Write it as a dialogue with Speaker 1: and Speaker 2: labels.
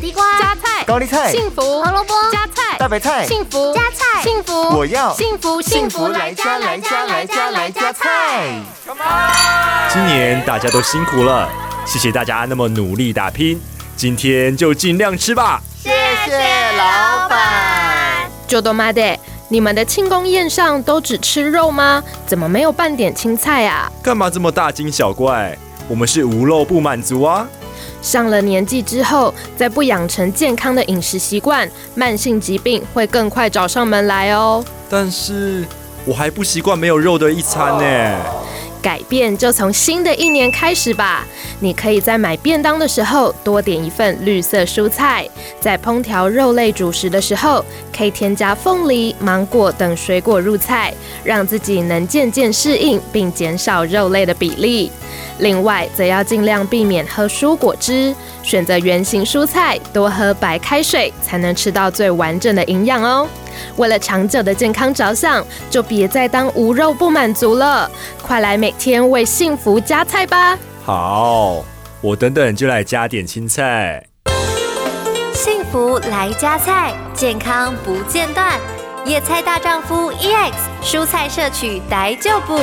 Speaker 1: 地瓜、
Speaker 2: 加菜、
Speaker 3: 高丽菜、
Speaker 2: 幸福、
Speaker 1: 胡萝卜、
Speaker 2: 加菜、
Speaker 3: 大白菜、
Speaker 2: 幸福、
Speaker 1: 加菜
Speaker 2: 幸福，
Speaker 3: 我要
Speaker 2: 幸福
Speaker 3: 幸福来家来家来家来家菜。
Speaker 4: 今年大家都辛苦了，谢谢大家那么努力打拼，今天就尽量吃吧。
Speaker 3: 谢谢老板。
Speaker 2: 就都妈的，你们的庆功宴上都只吃肉吗？怎么没有半点青菜啊？
Speaker 4: 干嘛这么大惊小怪？我们是无肉不满足啊！
Speaker 2: 上了年纪之后，再不养成健康的饮食习惯，慢性疾病会更快找上门来哦。
Speaker 4: 但是我还不习惯没有肉的一餐呢。
Speaker 2: 改变就从新的一年开始吧。你可以在买便当的时候多点一份绿色蔬菜，在烹调肉类主食的时候，可以添加凤梨、芒果等水果入菜，让自己能渐渐适应并减少肉类的比例。另外，则要尽量避免喝蔬果汁，选择原形蔬菜，多喝白开水，才能吃到最完整的营养哦。为了长久的健康着想，就别再当无肉不满足了，快来每天为幸福加菜吧！
Speaker 4: 好，我等等就来加点青菜。
Speaker 1: 幸福来加菜，健康 E 不间断。野菜大丈夫 EX 蔬菜摄取来就补。